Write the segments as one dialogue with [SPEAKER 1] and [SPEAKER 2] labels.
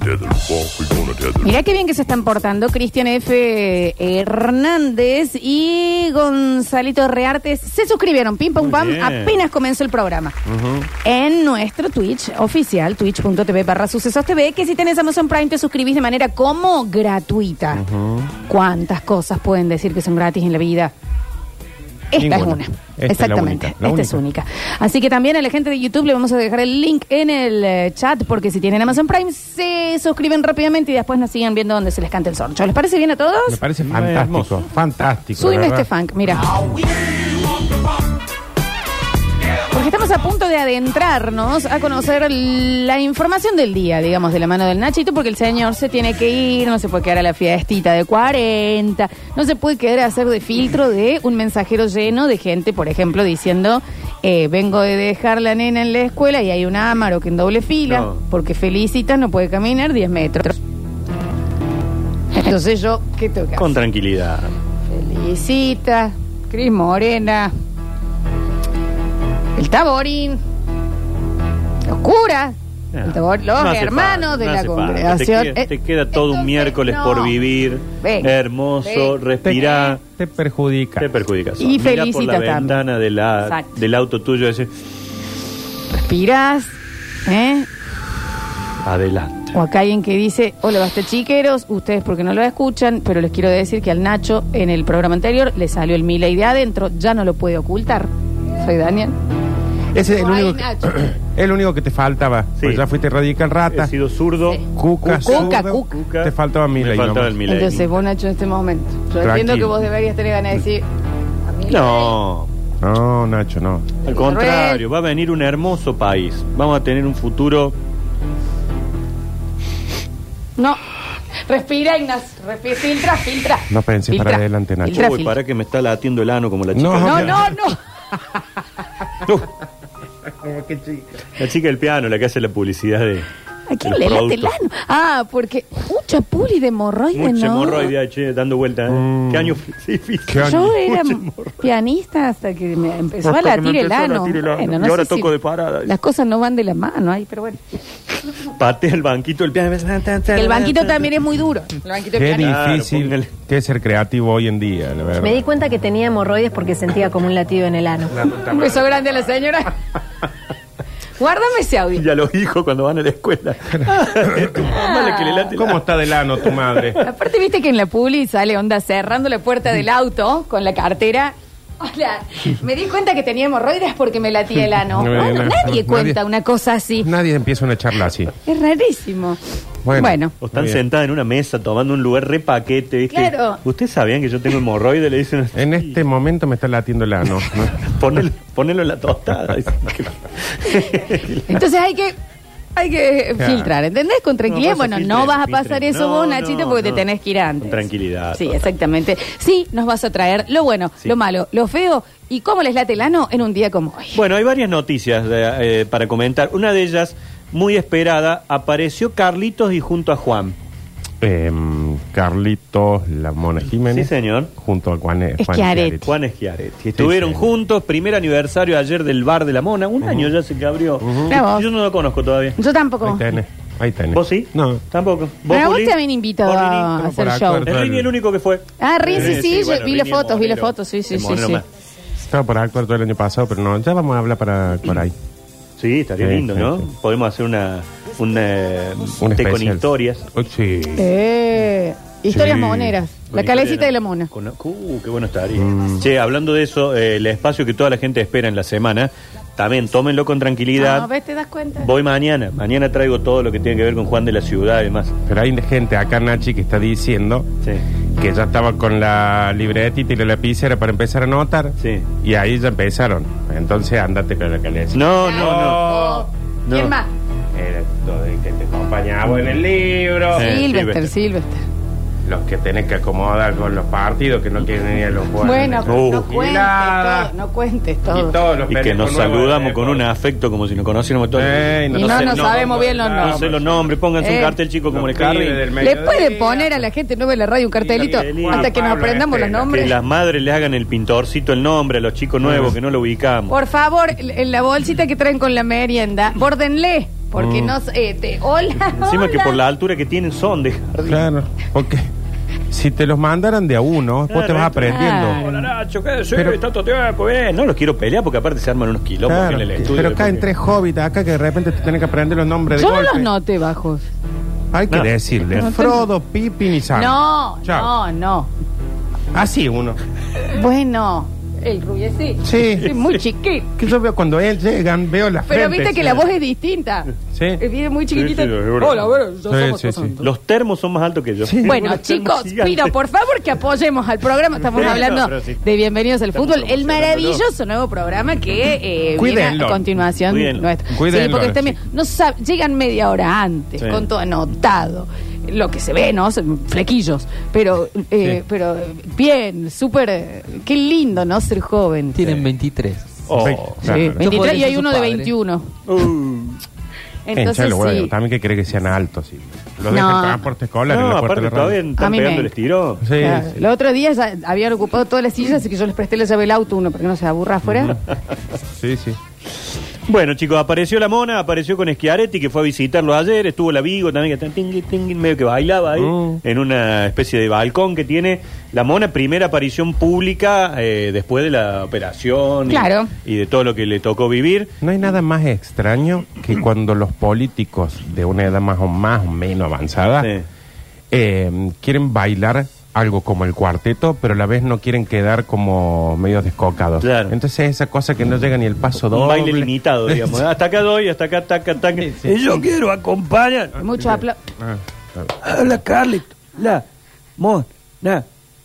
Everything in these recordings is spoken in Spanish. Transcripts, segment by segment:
[SPEAKER 1] tether, bajo y con tether.
[SPEAKER 2] Mirá qué bien que se están portando Cristian F. Hernández y Gonzalito Reartes. Se suscribieron, pim pam
[SPEAKER 3] Muy
[SPEAKER 2] pam,
[SPEAKER 3] bien.
[SPEAKER 2] apenas comenzó el programa. Mm-hmm. En nuestro Twitch oficial, twitch.tv barra sucesos TV, que si tenés Amazon Prime te suscribís de manera como gratuita. ¿Cuántas cosas pueden decir que son gratis en la vida? Esta es una.
[SPEAKER 3] Ninguna. Esta es la
[SPEAKER 2] Exactamente.
[SPEAKER 3] única, la
[SPEAKER 2] Esta es única.
[SPEAKER 3] única.
[SPEAKER 2] Así que también a la gente de YouTube le vamos a dejar el link en el eh, chat, porque si tienen Amazon Prime, se suscriben rápidamente y después nos siguen viendo donde se les cante el sorcho. ¿Les parece bien a
[SPEAKER 4] Me
[SPEAKER 2] todos?
[SPEAKER 4] parece
[SPEAKER 3] Muy
[SPEAKER 4] fantástico,
[SPEAKER 3] hermoso.
[SPEAKER 4] fantástico.
[SPEAKER 2] Subime
[SPEAKER 4] la verdad.
[SPEAKER 2] este funk, mira. Porque estamos a punto de adentrarnos a conocer la información del día, digamos, de la mano del Nachito, porque el señor se tiene que ir, no se puede quedar a la fiestita de 40, no se puede quedar a hacer de filtro de un mensajero lleno de gente, por ejemplo, diciendo, eh, vengo de dejar la nena en la escuela y hay un ámaro que en doble fila,
[SPEAKER 3] No.
[SPEAKER 2] porque Felicitas no puede caminar 10 metros. Entonces yo, ¿qué toca?
[SPEAKER 3] Con tranquilidad.
[SPEAKER 2] Felicita, Cris Morena, el Taborín, los curas,
[SPEAKER 3] Ah,
[SPEAKER 2] el Tabor- los
[SPEAKER 3] no hace
[SPEAKER 2] hermanos
[SPEAKER 3] falta,
[SPEAKER 2] de
[SPEAKER 3] no
[SPEAKER 2] la
[SPEAKER 3] hace falta.
[SPEAKER 2] congregación.
[SPEAKER 3] Te queda, te
[SPEAKER 2] Eh,
[SPEAKER 3] queda todo un
[SPEAKER 2] entonces,
[SPEAKER 3] miércoles
[SPEAKER 2] no.
[SPEAKER 3] por vivir,
[SPEAKER 2] Ven,
[SPEAKER 3] hermoso,
[SPEAKER 2] ven.
[SPEAKER 3] respirá,
[SPEAKER 4] Te perjudica.
[SPEAKER 3] te perjudicas.
[SPEAKER 2] Y
[SPEAKER 3] Mira por
[SPEAKER 2] felicita
[SPEAKER 3] la
[SPEAKER 2] también.
[SPEAKER 3] ventana de la-
[SPEAKER 2] Exacto.
[SPEAKER 3] del auto tuyo y decís,
[SPEAKER 2] Respirás, ¿eh?
[SPEAKER 3] adelante.
[SPEAKER 2] O acá alguien que dice, hola basta chiqueros, ustedes porque no lo escuchan, pero les quiero decir que al Nacho en el programa anterior le salió el Miley de adentro, ya no lo puede ocultar. Soy Daniel.
[SPEAKER 4] Ese es el
[SPEAKER 2] Ay,
[SPEAKER 4] único,
[SPEAKER 2] Nacho.
[SPEAKER 4] que, el único que te faltaba.
[SPEAKER 3] Sí.
[SPEAKER 4] Pues ya fuiste radical
[SPEAKER 3] He
[SPEAKER 4] rata.
[SPEAKER 3] sido zurdo.
[SPEAKER 4] Cuca,
[SPEAKER 2] Cuca,
[SPEAKER 4] zurdo,
[SPEAKER 2] cuca.
[SPEAKER 4] Te faltaba mil
[SPEAKER 3] Me
[SPEAKER 4] ahí
[SPEAKER 3] faltaba
[SPEAKER 4] nomás.
[SPEAKER 3] el Milei.
[SPEAKER 2] Entonces vos Nacho en este momento. Yo entiendo
[SPEAKER 4] Tranquilo.
[SPEAKER 2] que vos deberías tener ganas de decir... "A mí
[SPEAKER 3] No,
[SPEAKER 4] No, Nacho, no.
[SPEAKER 3] al contrario, va a venir un hermoso país. Vamos a tener un futuro.
[SPEAKER 2] No. Respira, Ignas. Respira, filtra, filtra.
[SPEAKER 4] No pensé
[SPEAKER 2] Filtra.
[SPEAKER 4] para adelante, Nacho.
[SPEAKER 2] Filtra,
[SPEAKER 3] Uy,
[SPEAKER 2] filtra.
[SPEAKER 3] para que me está latiendo el ano como la chica.
[SPEAKER 4] No.
[SPEAKER 2] No,
[SPEAKER 3] del piano.
[SPEAKER 2] no, no. Ah,
[SPEAKER 3] La chica del piano, la que hace la publicidad de.
[SPEAKER 2] ¿A quién
[SPEAKER 3] del
[SPEAKER 2] le late
[SPEAKER 3] producto.
[SPEAKER 2] el ano? Ah, porque mucha puli de hemorroide,
[SPEAKER 3] Mucha
[SPEAKER 2] ¿no?
[SPEAKER 3] hemorroidea, che, dando vuelta. ¿eh?
[SPEAKER 4] Mm.
[SPEAKER 3] ¿Qué año fue? Sí, sí.
[SPEAKER 4] ¿Qué
[SPEAKER 2] Yo
[SPEAKER 4] año?
[SPEAKER 2] era
[SPEAKER 3] Mucha hemorroide.
[SPEAKER 2] pianista hasta que me empezó
[SPEAKER 3] Hasta
[SPEAKER 2] a
[SPEAKER 3] que me
[SPEAKER 2] latir el
[SPEAKER 3] empezó a
[SPEAKER 2] ano.
[SPEAKER 3] latir el ano.
[SPEAKER 2] Bueno,
[SPEAKER 3] Y
[SPEAKER 2] no sé
[SPEAKER 3] ahora
[SPEAKER 2] si
[SPEAKER 3] toco de parada.
[SPEAKER 2] Las cosas no van de la mano ahí, pero bueno.
[SPEAKER 3] Patea el banquito del piano.
[SPEAKER 2] El banquito también es muy duro. El banquito de
[SPEAKER 4] Qué
[SPEAKER 2] piano.
[SPEAKER 3] Claro,
[SPEAKER 4] difícil
[SPEAKER 3] póngale.
[SPEAKER 4] que es ser creativo hoy en día, la verdad.
[SPEAKER 5] Me di cuenta que tenía hemorroides porque sentía como un latido en el ano.
[SPEAKER 2] Un beso grande a la señora. Guárdame ese audio.
[SPEAKER 3] Y a los hijos cuando van a la escuela. tu mamá la que le late el
[SPEAKER 4] ¿Cómo
[SPEAKER 3] ano.
[SPEAKER 4] está del ano tu madre?
[SPEAKER 2] Aparte, viste que en la publi sale onda cerrando la puerta del auto con la cartera. Hola, me di cuenta que tenía hemorroides porque me latía el ano.
[SPEAKER 4] No, no,
[SPEAKER 2] Bueno,
[SPEAKER 4] no,
[SPEAKER 2] nadie
[SPEAKER 4] no,
[SPEAKER 2] cuenta
[SPEAKER 4] nadie.
[SPEAKER 2] una cosa así.
[SPEAKER 4] Nadie empieza una charla así.
[SPEAKER 2] Es rarísimo. Bueno.
[SPEAKER 4] Bueno.
[SPEAKER 3] O están
[SPEAKER 4] Muy bien.
[SPEAKER 3] sentadas en una mesa tomando un lugar re paquete, ¿viste?
[SPEAKER 2] Claro.
[SPEAKER 3] ¿Ustedes sabían que yo tengo hemorroides? Le dicen.
[SPEAKER 4] En este momento me está latiendo el ano. ¿no?
[SPEAKER 3] Ponelo, ponelo en la tostada.
[SPEAKER 2] entonces hay que hay que
[SPEAKER 4] Claro.
[SPEAKER 2] filtrar, ¿entendés? Con tranquilidad.
[SPEAKER 3] No, no se
[SPEAKER 2] bueno,
[SPEAKER 3] filtre,
[SPEAKER 2] no vas a
[SPEAKER 3] filtre.
[SPEAKER 2] pasar eso
[SPEAKER 3] No,
[SPEAKER 2] vos,
[SPEAKER 3] no,
[SPEAKER 2] Nachito, porque te
[SPEAKER 3] no.
[SPEAKER 2] tenés que ir antes.
[SPEAKER 3] Con tranquilidad,
[SPEAKER 2] Sí,
[SPEAKER 3] total.
[SPEAKER 2] exactamente. Sí, nos vas a traer lo bueno,
[SPEAKER 3] Sí.
[SPEAKER 2] lo malo, lo feo y cómo les late el ano en un día como hoy.
[SPEAKER 3] bueno, hay varias noticias eh, eh, para comentar. Una de ellas, muy esperada, apareció Carlitos y junto a Juan.
[SPEAKER 4] Em, Carlitos, la Mona Jiménez.
[SPEAKER 3] Sí, señor.
[SPEAKER 4] Junto a Juan
[SPEAKER 2] Es Chiaretti.
[SPEAKER 4] Juan Chiaretti.
[SPEAKER 3] Juan Esquiaret. Estuvieron
[SPEAKER 4] sí.
[SPEAKER 3] juntos, primer aniversario ayer del bar de la Mona. Un año ya se que abrió.
[SPEAKER 2] Bravo.
[SPEAKER 3] Yo no lo conozco todavía.
[SPEAKER 2] Yo
[SPEAKER 4] Ahí
[SPEAKER 2] tampoco.
[SPEAKER 4] tenés. Ahí tenés.
[SPEAKER 3] ¿Vos sí?
[SPEAKER 4] No.
[SPEAKER 3] Tampoco. ¿Vos,
[SPEAKER 2] Pero a vos
[SPEAKER 3] Juli?
[SPEAKER 2] te habían invitado
[SPEAKER 3] ¿Vos, Rini?
[SPEAKER 2] a
[SPEAKER 4] Estamos
[SPEAKER 2] hacer
[SPEAKER 4] por
[SPEAKER 2] show.
[SPEAKER 4] acuerdo.
[SPEAKER 3] El Rini el único que fue.
[SPEAKER 2] Ah, Rini, sí, sí, yo vi las
[SPEAKER 3] Rini es
[SPEAKER 2] fotos, vi las
[SPEAKER 3] monero.
[SPEAKER 2] fotos, sí, sí,
[SPEAKER 3] Es
[SPEAKER 2] sí,
[SPEAKER 3] monero
[SPEAKER 2] sí.
[SPEAKER 3] más.
[SPEAKER 4] Estaba por actuar todo el año pasado, pero no. Ya vamos a hablar para por ahí.
[SPEAKER 3] Sí, estaría
[SPEAKER 4] Sí,
[SPEAKER 3] lindo,
[SPEAKER 4] sí,
[SPEAKER 3] ¿no?
[SPEAKER 4] sí.
[SPEAKER 3] Podemos hacer una, una,
[SPEAKER 4] Un
[SPEAKER 3] té con
[SPEAKER 4] especial.
[SPEAKER 3] historias.
[SPEAKER 4] Oh, sí.
[SPEAKER 2] Eh, historias
[SPEAKER 4] Sí.
[SPEAKER 2] moneras. La
[SPEAKER 3] Con
[SPEAKER 2] calecita
[SPEAKER 3] historia,
[SPEAKER 2] de la
[SPEAKER 3] ¿no?
[SPEAKER 2] mona.
[SPEAKER 3] Con- uh, qué bueno estaría. Che, hablando de eso, eh, el espacio que toda la gente espera en la semana, también tómenlo con
[SPEAKER 2] No,
[SPEAKER 3] tranquilidad.
[SPEAKER 2] Ah, ¿ves? ¿Te das cuenta?
[SPEAKER 3] Voy mañana. Mañana traigo todo lo que tiene que ver con Juan de la Ciudad y demás.
[SPEAKER 4] Pero hay gente acá, Nachi, que está diciendo
[SPEAKER 3] Sí.
[SPEAKER 4] que ya estaba con la libretita y la lapicera para empezar a anotar.
[SPEAKER 3] Sí.
[SPEAKER 4] Y ahí ya empezaron. Entonces andate con la calidad.
[SPEAKER 3] No, no, no. No.
[SPEAKER 2] ¿Quién más?
[SPEAKER 4] Era todo el que te acompañaba en el libro.
[SPEAKER 2] Silvester,
[SPEAKER 3] Sí. Eh, Silvester.
[SPEAKER 2] Silvester.
[SPEAKER 4] Los que tenés que acomodar con los partidos que no quieren ir a los juegos.
[SPEAKER 2] Bueno, no
[SPEAKER 3] no. Uh.
[SPEAKER 2] cuentes todo, no cuentes
[SPEAKER 4] Y
[SPEAKER 2] todo.
[SPEAKER 4] todos los
[SPEAKER 3] Y que
[SPEAKER 4] pendejos
[SPEAKER 3] nos
[SPEAKER 4] nuevos eh,
[SPEAKER 3] saludamos
[SPEAKER 4] de
[SPEAKER 3] con
[SPEAKER 4] deporte.
[SPEAKER 3] un afecto como si nos conociéramos todos.
[SPEAKER 4] Ey,
[SPEAKER 2] Y no
[SPEAKER 3] sé
[SPEAKER 2] nos
[SPEAKER 3] el nombre.
[SPEAKER 2] sabemos bien los
[SPEAKER 4] no,
[SPEAKER 3] No sé
[SPEAKER 2] nombres.
[SPEAKER 3] los nombres, pónganse
[SPEAKER 2] Eh.
[SPEAKER 3] un cartel chico como
[SPEAKER 4] Los
[SPEAKER 3] el Carly.
[SPEAKER 4] pibes del
[SPEAKER 2] ¿Le
[SPEAKER 4] mediodía.
[SPEAKER 2] puede poner a la gente nueva de la radio un cartelito
[SPEAKER 3] Cartelito.
[SPEAKER 2] hasta que nos
[SPEAKER 4] Pablo
[SPEAKER 2] aprendamos los
[SPEAKER 4] Estela,
[SPEAKER 3] Que
[SPEAKER 2] nombres?
[SPEAKER 3] las madres le hagan el pintorcito el nombre a los chicos nuevos que no lo ubicamos.
[SPEAKER 2] Por favor, en la bolsita que traen con la merienda, bórdenle Porque
[SPEAKER 4] Mm.
[SPEAKER 2] no sé, te- hola.
[SPEAKER 3] Encima
[SPEAKER 2] hola.
[SPEAKER 3] que por la altura que tienen son de jardín.
[SPEAKER 4] Claro, porque si te los mandaran de a uno, vos te vas aprendiendo.
[SPEAKER 2] Claro.
[SPEAKER 3] Hola Nacho, ¿qué decís?
[SPEAKER 4] Pero-
[SPEAKER 3] Tanto tiempo, bien. No los quiero pelear porque aparte se arman unos kilómetros
[SPEAKER 4] Claro,
[SPEAKER 3] en el
[SPEAKER 4] que-
[SPEAKER 3] estudio.
[SPEAKER 4] pero
[SPEAKER 3] porque-
[SPEAKER 4] caen tres hobbits acá que de repente te tienen que aprender los nombres de
[SPEAKER 2] Yo no
[SPEAKER 4] golpe.
[SPEAKER 2] los noté bajos.
[SPEAKER 4] Hay que
[SPEAKER 3] No.
[SPEAKER 4] decirle,
[SPEAKER 2] No tengo-
[SPEAKER 4] Frodo, Pippin y Sam.
[SPEAKER 2] No,
[SPEAKER 4] Chao.
[SPEAKER 2] no, no.
[SPEAKER 4] Así uno.
[SPEAKER 2] Bueno, el rubio sí.
[SPEAKER 4] Sí.
[SPEAKER 2] Es muy chiquito.
[SPEAKER 4] Que yo veo cuando él llegan, veo la
[SPEAKER 2] Pero
[SPEAKER 4] frente.
[SPEAKER 2] viste que la voz es distinta.
[SPEAKER 4] Sí.
[SPEAKER 2] Eh, Viene muy chiquitita.
[SPEAKER 3] Sí, sí, seguro.
[SPEAKER 2] Hola, bueno, yo
[SPEAKER 4] Sí,
[SPEAKER 2] somos
[SPEAKER 4] sí,
[SPEAKER 2] todos
[SPEAKER 4] sí.
[SPEAKER 2] juntos.
[SPEAKER 3] Los termos son más altos que yo.
[SPEAKER 4] Sí.
[SPEAKER 2] Bueno,
[SPEAKER 3] Unos termos
[SPEAKER 2] chicos,
[SPEAKER 3] gigantes.
[SPEAKER 2] pido por favor que apoyemos al programa. Estamos
[SPEAKER 3] Sí, no,
[SPEAKER 2] hablando
[SPEAKER 3] pero sí.
[SPEAKER 2] de Bienvenidos al
[SPEAKER 3] Estamos
[SPEAKER 2] Fútbol, el
[SPEAKER 3] promocionándolo.
[SPEAKER 2] maravilloso nuevo programa que eh, viene
[SPEAKER 4] Cuídenlo.
[SPEAKER 2] a continuación
[SPEAKER 3] Cuídenlo.
[SPEAKER 2] nuestro.
[SPEAKER 4] Cuídenlo,
[SPEAKER 2] sí, porque también no sab- llegan media hora antes,
[SPEAKER 3] Sí.
[SPEAKER 2] con todo anotado. Lo que se ve, ¿no? Son Flequillos. Pero, eh,
[SPEAKER 4] Sí.
[SPEAKER 2] pero eh, bien, súper. eh, Qué lindo, ¿no? Ser joven.
[SPEAKER 1] Tienen 23.
[SPEAKER 3] Oh.
[SPEAKER 4] Sí, claro.
[SPEAKER 2] Sí, 23 y
[SPEAKER 1] Yo
[SPEAKER 2] hay
[SPEAKER 1] podría
[SPEAKER 2] uno
[SPEAKER 1] ser
[SPEAKER 2] de
[SPEAKER 1] su padre.
[SPEAKER 2] 21.
[SPEAKER 3] Uh.
[SPEAKER 2] Entonces,
[SPEAKER 4] Enchalo, bueno,
[SPEAKER 2] sí.
[SPEAKER 4] También que cree que sean altos. Sí. Lo
[SPEAKER 2] No.
[SPEAKER 4] dejan en transporte escolar en
[SPEAKER 3] No,
[SPEAKER 4] la puerta
[SPEAKER 3] aparte
[SPEAKER 4] de la radio.
[SPEAKER 3] todavía
[SPEAKER 2] A
[SPEAKER 3] están
[SPEAKER 2] mí me-
[SPEAKER 3] pegando el estirón.
[SPEAKER 4] Sí,
[SPEAKER 2] Claro.
[SPEAKER 4] sí.
[SPEAKER 2] El otro día ya habían ocupado todas las sillas, así que yo les presté la llave del auto, uno para que no se aburra afuera.
[SPEAKER 4] Sí, sí.
[SPEAKER 3] Bueno, chicos, apareció la mona, apareció con Schiaretti, que fue a visitarlo ayer, estuvo la Vigo también, que está tingui, tingui, medio que bailaba ahí,
[SPEAKER 4] Mm.
[SPEAKER 3] en una especie de balcón que tiene la mona, primera aparición pública eh, después de la operación y-
[SPEAKER 2] Claro.
[SPEAKER 3] y, de todo lo que le tocó vivir.
[SPEAKER 4] No hay nada más extraño que cuando los políticos de una edad más o, más o menos avanzada
[SPEAKER 3] Sí.
[SPEAKER 4] eh, quieren bailar algo como el cuarteto, pero a la vez no quieren quedar como medio descocados.
[SPEAKER 3] Claro.
[SPEAKER 4] Entonces esa cosa que no llega ni el paso doble.
[SPEAKER 3] Un baile limitado, digamos. ¿eh? hasta acá doy, hasta acá, taca, taca.
[SPEAKER 4] Sí, sí.
[SPEAKER 3] Y Yo quiero acompañar.
[SPEAKER 2] Mucho aplauso.
[SPEAKER 4] Ah, ah.
[SPEAKER 3] Habla Carlito, la mona
[SPEAKER 4] Mm.